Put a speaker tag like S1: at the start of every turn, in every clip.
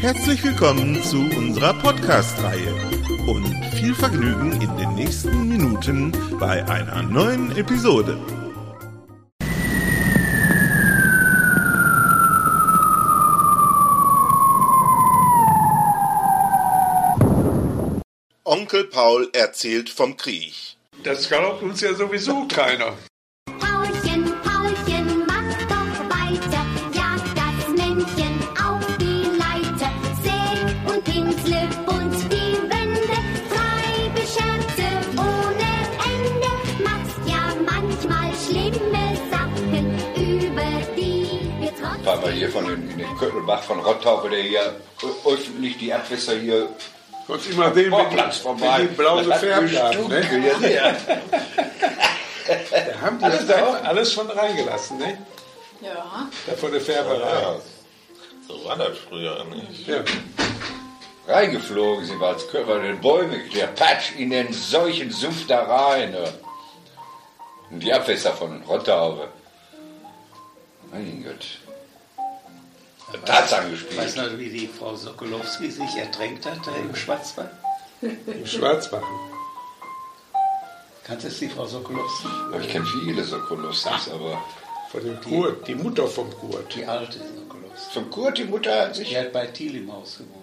S1: Herzlich willkommen zu unserer Podcast-Reihe und viel Vergnügen in den nächsten Minuten bei einer neuen Episode. Onkel Paul erzählt vom Krieg.
S2: Das glaubt uns ja sowieso keiner.
S3: Paulchen, Paulchen, mach doch weiter, jag das Männchen auf die Leiter, säg und pinsle bunt die Wände, treibe Scherze ohne Ende, machst ja manchmal schlimme Sachen, über die wir trotzdem...
S4: Weil wir hier von den, in den Köttelbach von Rottau, wo der hier ö- öffentlich die Abwässer hier
S2: Kommt immer dem mit,
S4: Vorplatz vorbei.
S2: mit dem blauen
S4: Das hat
S2: Färbchen. Ne?
S4: gestunken hier sehr.
S2: Da haben die das einfach alles schon reingelassen, ne?
S5: Ja,
S2: Da von der Färberei.
S6: So war das früher nicht.
S2: Ja.
S4: Reingeflogen sind wir als Körper den Bäume geklärt. Patsch in den solchen Sumpf da rein. Ne? Und die Abwässer von Rottau. ne? Mein Gott. Hat Tarzan
S7: Weißt
S4: gespielt.
S7: du noch, wie die Frau Sokolowski sich ertränkt hat da im Schwarzwald?
S2: Im Schwarzmachen.
S7: Kanntest du die Frau Sokolowski?
S4: Ich kenne viele Sokolowskis, aber
S2: Von dem Kurt, die Mutter vom Kurt.
S7: Die alte Sokolowski.
S4: zum Kurt, die Mutter hat sich.
S7: Die hat bei Thiel im Haus gewohnt.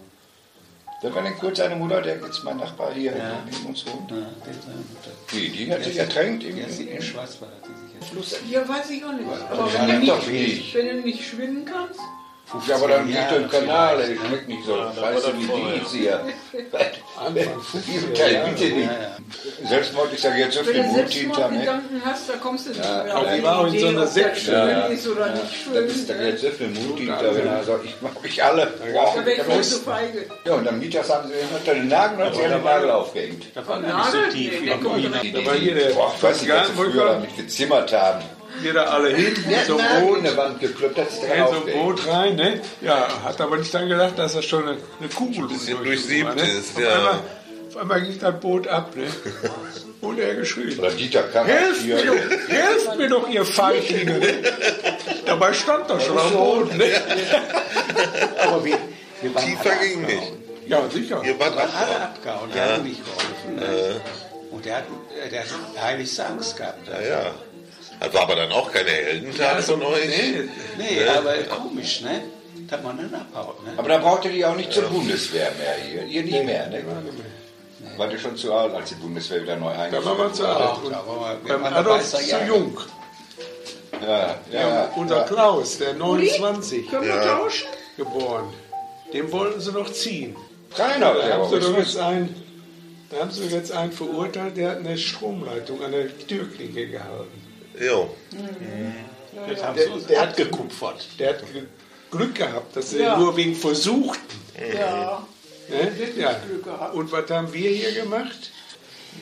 S4: Da war der Kurt seine Mutter, der jetzt mein Nachbar hier
S7: Ja.
S4: neben uns wohnt.
S7: Na, der ist seine Mutter.
S4: Die, die hat sich ertränkt im,
S7: Ja, sie im
S4: im
S7: Schwarzwald hat sie sich ertränkt.
S5: ja weiß ich auch nicht. Aber
S4: Ja,
S5: wenn du
S4: doch
S5: nicht,
S4: nicht.
S5: wenn du nicht schwimmen kannst,
S4: Ja, aber dann
S7: 15
S4: geht
S7: Jahre
S4: der Kanal, ey,
S7: vielleicht, ne?
S4: schmeckt nicht so.
S6: Ja, da
S4: weißt
S6: war
S4: du,
S6: das
S4: wie
S6: vorher.
S4: die ist hier.
S2: Anfang
S4: Diesen
S2: 50er
S4: Teil
S2: Jahre.
S4: bitte nicht.
S7: Ja, ja.
S4: Selbstmord ist ja jetzt so
S5: wenn
S4: viel
S5: du
S4: Wut hinter, ne?
S5: Selbstmordgedanken hast, da kommst du nicht
S4: Ja,
S5: mehr
S4: aber
S5: auf
S2: die war auch in so einer
S5: ob das
S2: Sekte.
S4: Ja.
S5: Schwimmen ist oder nicht
S4: Da ist da
S5: schwimmen.
S4: jetzt so viel Mut hinter,
S2: also-
S4: wenn er sagt, ich mach mich alle.
S2: gab's-
S5: Da wäre ich wohl so feige.
S4: Ja, und am Mittag haben sie den unter den Nagel und hat sie an den Nagel aufgehängt.
S7: Da war
S5: Von
S7: gar nicht so
S5: Nadel?
S7: tief.
S5: Nee,
S7: über
S5: der kommt
S7: Ruinen.
S5: nicht.
S4: Die,
S2: Da war hier der-
S4: boah, ich weiß nicht, was sie
S2: Gartenbrücke.
S4: früher damit gezimmert haben.
S2: Hier da alle hinten
S4: Der
S2: so
S4: Nagel in
S2: rot.
S4: der Wand gekloppt, das ist
S2: Kein
S4: der
S2: so ein
S4: aufgehängt.
S2: Boot rein, ne? Ja, hat aber nicht dann gedacht, dass das schon eine, eine Kugel
S6: bisschen
S2: undurchdringlich war, ne?
S6: durchsiebt ist,
S2: Auf
S6: ja.
S2: Einmal, auf einmal ging das Boot ab, ne? Und er geschrien.
S4: Oder Dieter Kammer
S2: Helft mir,
S4: hier.
S2: doch, helft mir doch, ihr Feiglinge. Ne? Dabei stand doch schon am Boden. Ne?
S7: Aber wir, wir waren
S6: Tiefer ging nicht.
S2: Ja, sicher.
S6: Ihr wart
S7: alle
S6: ab.
S7: abgehauen. Der hat nicht geholfen. Ne? Und der hat, äh, der hat heiligste Angst gehabt.
S6: Ja, ja. Das war aber dann auch keine Heldentat von euch.
S2: Nee,
S7: Nee, aber komisch, ne? Dass man dann abhaut, ne?
S4: Aber da braucht ihr die auch nicht zur Bundeswehr mehr hier. Ihr nicht mehr, ne? Wart ihr schon zu alt, als die Bundeswehr wieder neu
S2: da
S4: eingeführt
S2: war man zu alt.
S7: Ach,
S2: Und
S7: da war man-
S2: beim
S7: man
S2: Adolf
S7: weiß ja,
S2: zu
S7: ja.
S2: jung.
S4: Ja, ja, ja.
S2: Unter Klaus, der 29
S5: Können wir tauschen?
S2: geboren. Den wollten sie noch ziehen.
S4: Keiner
S2: Da haben sie doch
S4: Terrorist.
S2: jetzt einen, da haben sie doch jetzt einen verurteilt, der hat eine Stromleitung an der Türklinke gehalten.
S6: Jo.
S7: Das haben sie uns
S2: der-
S7: abgekupfert.
S2: Der hat ge- Glück gehabt, dass sie
S5: Ja.
S2: nur wegen versuchten.
S5: Ja.
S2: Ne? Ja.
S5: Glück gehabt.
S2: Und was haben wir hier gemacht?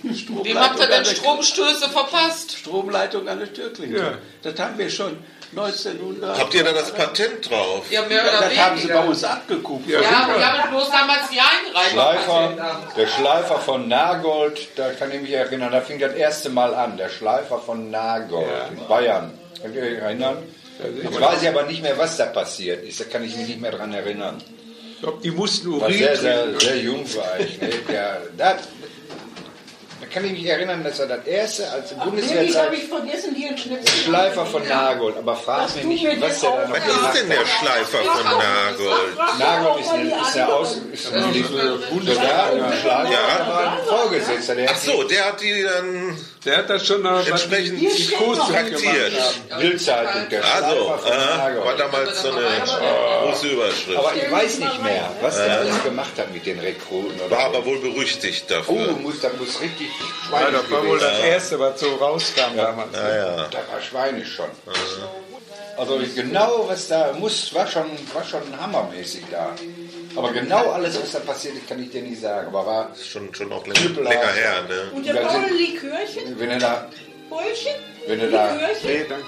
S8: Wem habt ihr denn Stromstöße verpasst?
S7: Stromleitung an der Türklinke.
S2: Ja.
S7: Das haben wir schon 1900.
S6: Habt ihr da das Patent drauf?
S8: Ja, mehr oder
S7: das haben sie bei
S8: weniger.
S7: uns abgeguckt.
S8: Ja, wir haben bloß damals die Einreichung.
S4: Schleifer, der Schleifer von Nagold, da kann ich mich erinnern, da fing das erste Mal an, der Schleifer von Nagold in Bayern. Könnt ihr euch erinnern? Ich weiß ja aber nicht mehr, was da passiert ist, da kann ich mich nicht mehr dran erinnern.
S2: Ich glaube, die mussten
S4: War
S2: Urin
S4: sehr,
S2: trinken.
S4: sehr, sehr jung war ich. Ne? Der, das, da kann ich mich erinnern, dass er das erste, als im
S5: Baby,
S4: Bundeswehrzeit
S5: habe ich vergessen, hier ein Schnipsel.
S4: Schleifer von Nagold, aber frag mich
S5: tut
S4: nicht,
S5: mir jetzt
S4: was der da
S5: auch
S4: noch
S6: Was ist
S4: gemacht
S6: denn der Schleifer von Nagold?
S4: hat. Nagold ist, ein- ist der Aus... Ist ein Soldat und Schleifer
S6: Ja.
S4: war ein Vorgesetzter. Der
S6: Ach so, der hat die dann
S2: Der hat das schon mal
S6: entsprechend
S2: gemacht.
S6: traktiert.
S4: Bildzeitung, der
S6: Also,
S4: Schleifer von
S6: äh, war
S4: Nagold.
S6: damals so eine große Überschrift.
S4: Aber ich weiß nicht mehr, was der alles gemacht hat mit den Rekruten. oder
S6: War
S4: so.
S6: aber wohl berüchtigt
S4: Oh,
S6: dafür.
S4: muss, da muss richtig
S2: Ja,
S4: Schweine
S2: das war wohl das Erste, was so rauskam damals. ne?
S6: Ja, ja.
S4: Da war Schweine schon. Also genau, was da muss, war schon, war schon hammermäßig da. Aber genau alles, was da passiert ist, kann ich dir nicht sagen. Aber war,
S6: Ist schon, schon auch
S4: Knüppel
S6: länger, länger
S4: aus.
S6: her, ne?
S5: Und der
S4: Ja,
S5: Paul
S4: sind-
S5: Likörchen?
S4: wenn er da,
S5: Brötchen?
S4: Wenn du da-
S5: Likörchen?
S2: Nee, danke.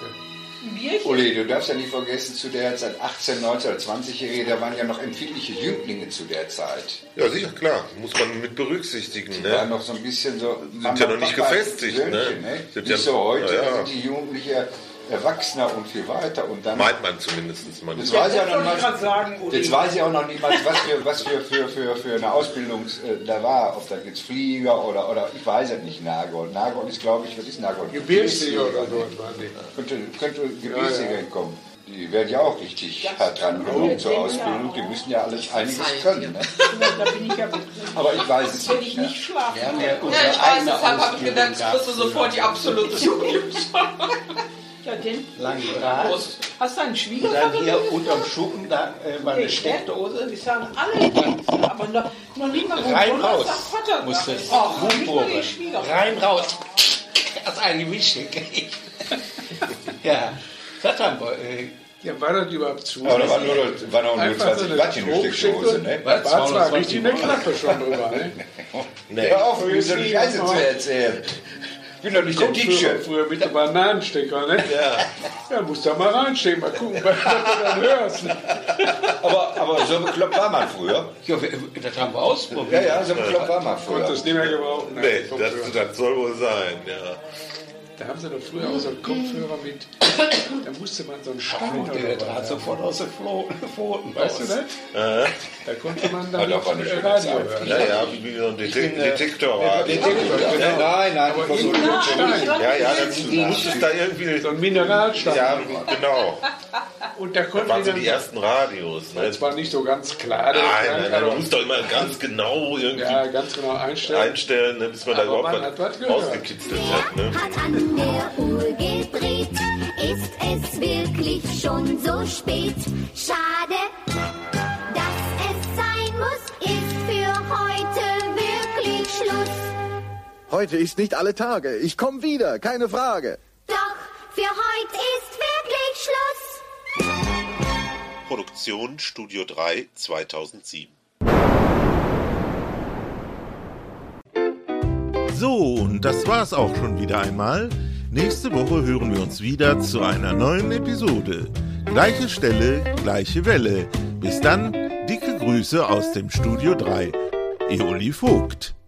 S5: Ein Bierchen?
S4: Uli, du darfst ja nicht vergessen, zu der Zeit 18, 19 oder 20-Jährige, da waren ja noch empfindliche Jünglinge zu der Zeit.
S6: Ja, sicher, klar. Muss man mit berücksichtigen,
S4: Ja,
S6: ne?
S4: noch so ein bisschen so. Mama,
S6: ja noch nicht
S4: Papa,
S6: gefestigt, ne?
S4: Söhnchen, ne?
S6: Sind
S4: nicht
S6: ja-
S4: so heute,
S6: ja, ja.
S4: sind die Jugendlichen erwachsener und viel weiter. Und dann,
S6: Meint man zumindest mal.
S4: jetzt, weiß ich auch noch
S5: Wollte ich gerade
S4: nicht, mal,
S5: sagen, Uli.
S4: jetzt weiß ich auch noch nicht mal, was für, was für, für, für, für eine Ausbildung äh, da war. Ob da jetzt Flieger oder, oder ich weiß es nicht, Nagold. Nagold ist, glaube ich, was ist Nagold?
S2: Gebirgsjäger oder so waren die.
S4: Könnte, könnte Gebirgsjäger kommen. Die werden ja auch richtig hart dran
S5: genau.
S4: genommen zur Ausbildung. Die müssen ja alles einiges können. Ne?
S5: Da bin ich ja mit.
S4: Aber ich weiß es
S5: Wenn ich
S4: nicht. ne?
S5: nicht schlafe.
S7: Wir haben ja
S8: Ja,
S7: unsere
S8: ich weiß,
S7: eigene
S8: deshalb habe ich
S7: Ausbildung
S8: gedacht,
S7: gehabt.
S8: kriegst du sofort die Absolution im Schrank.
S5: Ja, denn,
S7: Lang Draht.
S5: hast du einen
S7: Und
S5: Schwiegervater?
S7: dann hier unterm Schuppen da äh, mal eine
S5: Die
S7: Steckdose.
S5: Steckdose, die sahen alle ganz, aber noch, noch nicht mal gut.
S7: Rein
S5: Und
S7: raus.
S5: das sagt Vater,
S7: Musste
S8: Oh,
S5: ach, nicht mal die
S7: Blutprobe.
S5: Schwiegervater.
S7: Rein raus. Das ist eine Wischig. ja. Satan, äh,
S2: Ja, war das überhaupt zu?
S4: Aber da waren nur, waren auch nur
S2: Einfach so
S4: 20
S2: eine
S4: Watt in der Steckdose,
S2: Stromsteckdose.
S4: ne?
S2: War
S7: Was?
S2: zwar
S7: 220
S2: richtig eine Klappe schon drüber, ne?
S6: Nee.
S4: Hör auf, mir so eine Scheiße zu erzählen. Ich bin doch nicht der
S2: Kommt früher,
S4: Dicksche.
S2: früher mit dem Bananenstecker, ne? Ja. Ja, musst da mal reinstehen, mal gucken, was du dann hörst. ne?
S4: Aber, aber so bekloppt war man früher.
S7: ja, wir- das haben wir
S4: Ja,
S7: ausprobiert.
S4: ja, so bekloppt war man früher.
S2: Konntest nicht mehr gebrauchen. ne?
S6: Nee, das,
S2: Kopfhörer.
S6: das soll wohl sein, ja.
S2: da haben sie doch früher auch so einen Kopfhörer mit. Da musste man so einen Stein
S7: Und der
S2: oder
S7: Draht
S2: was.
S7: sofort aus den Flo- Pfoten
S2: Weißt du
S7: raus.
S2: das? Da konnte man dann
S4: Hat auch eine schöne
S2: Radio
S4: Zeit.
S2: hören.
S6: Ja, ja, wie so ein Detek
S4: bin, äh,
S6: Detektor war.
S4: Nein, nein, ich versuche
S2: irgendein
S4: nicht zu
S2: Stein,
S6: Ja, ja, das muss es da
S2: so
S6: irgendwie.
S2: ein Mineralstein.
S6: Ja, genau.
S2: Und da
S6: Das
S2: konnte
S6: waren
S2: man
S6: so die
S2: dann.
S6: ersten Radios. Ne?
S2: Das war nicht so ganz klar. das
S6: Nein,
S2: war
S6: nein, nein,
S2: klar,
S6: du
S2: aber-
S6: musst doch immer ganz genau irgendwie
S2: Ja, ganz genau einstellen.
S6: einstellen, ne, bis man da
S2: Aber
S6: überhaupt
S2: man hat was
S6: was
S2: gehört.
S6: rausgekitzelt hat. Ne?
S3: Hat an der Uhr gedreht, ist es wirklich schon so spät? Schade, dass es sein muss, ist für heute wirklich Schluss.
S9: Heute ist nicht alle Tage. Ich komme wieder, keine Frage.
S3: Doch für heute ist wirklich Schluss.
S6: Produktion Studio 3 2007.
S1: So, und das war's auch schon wieder einmal. Nächste Woche hören wir uns wieder zu einer neuen Episode. Gleiche Stelle, gleiche Welle. Bis dann, dicke Grüße aus dem Studio 3. Eoli Vogt.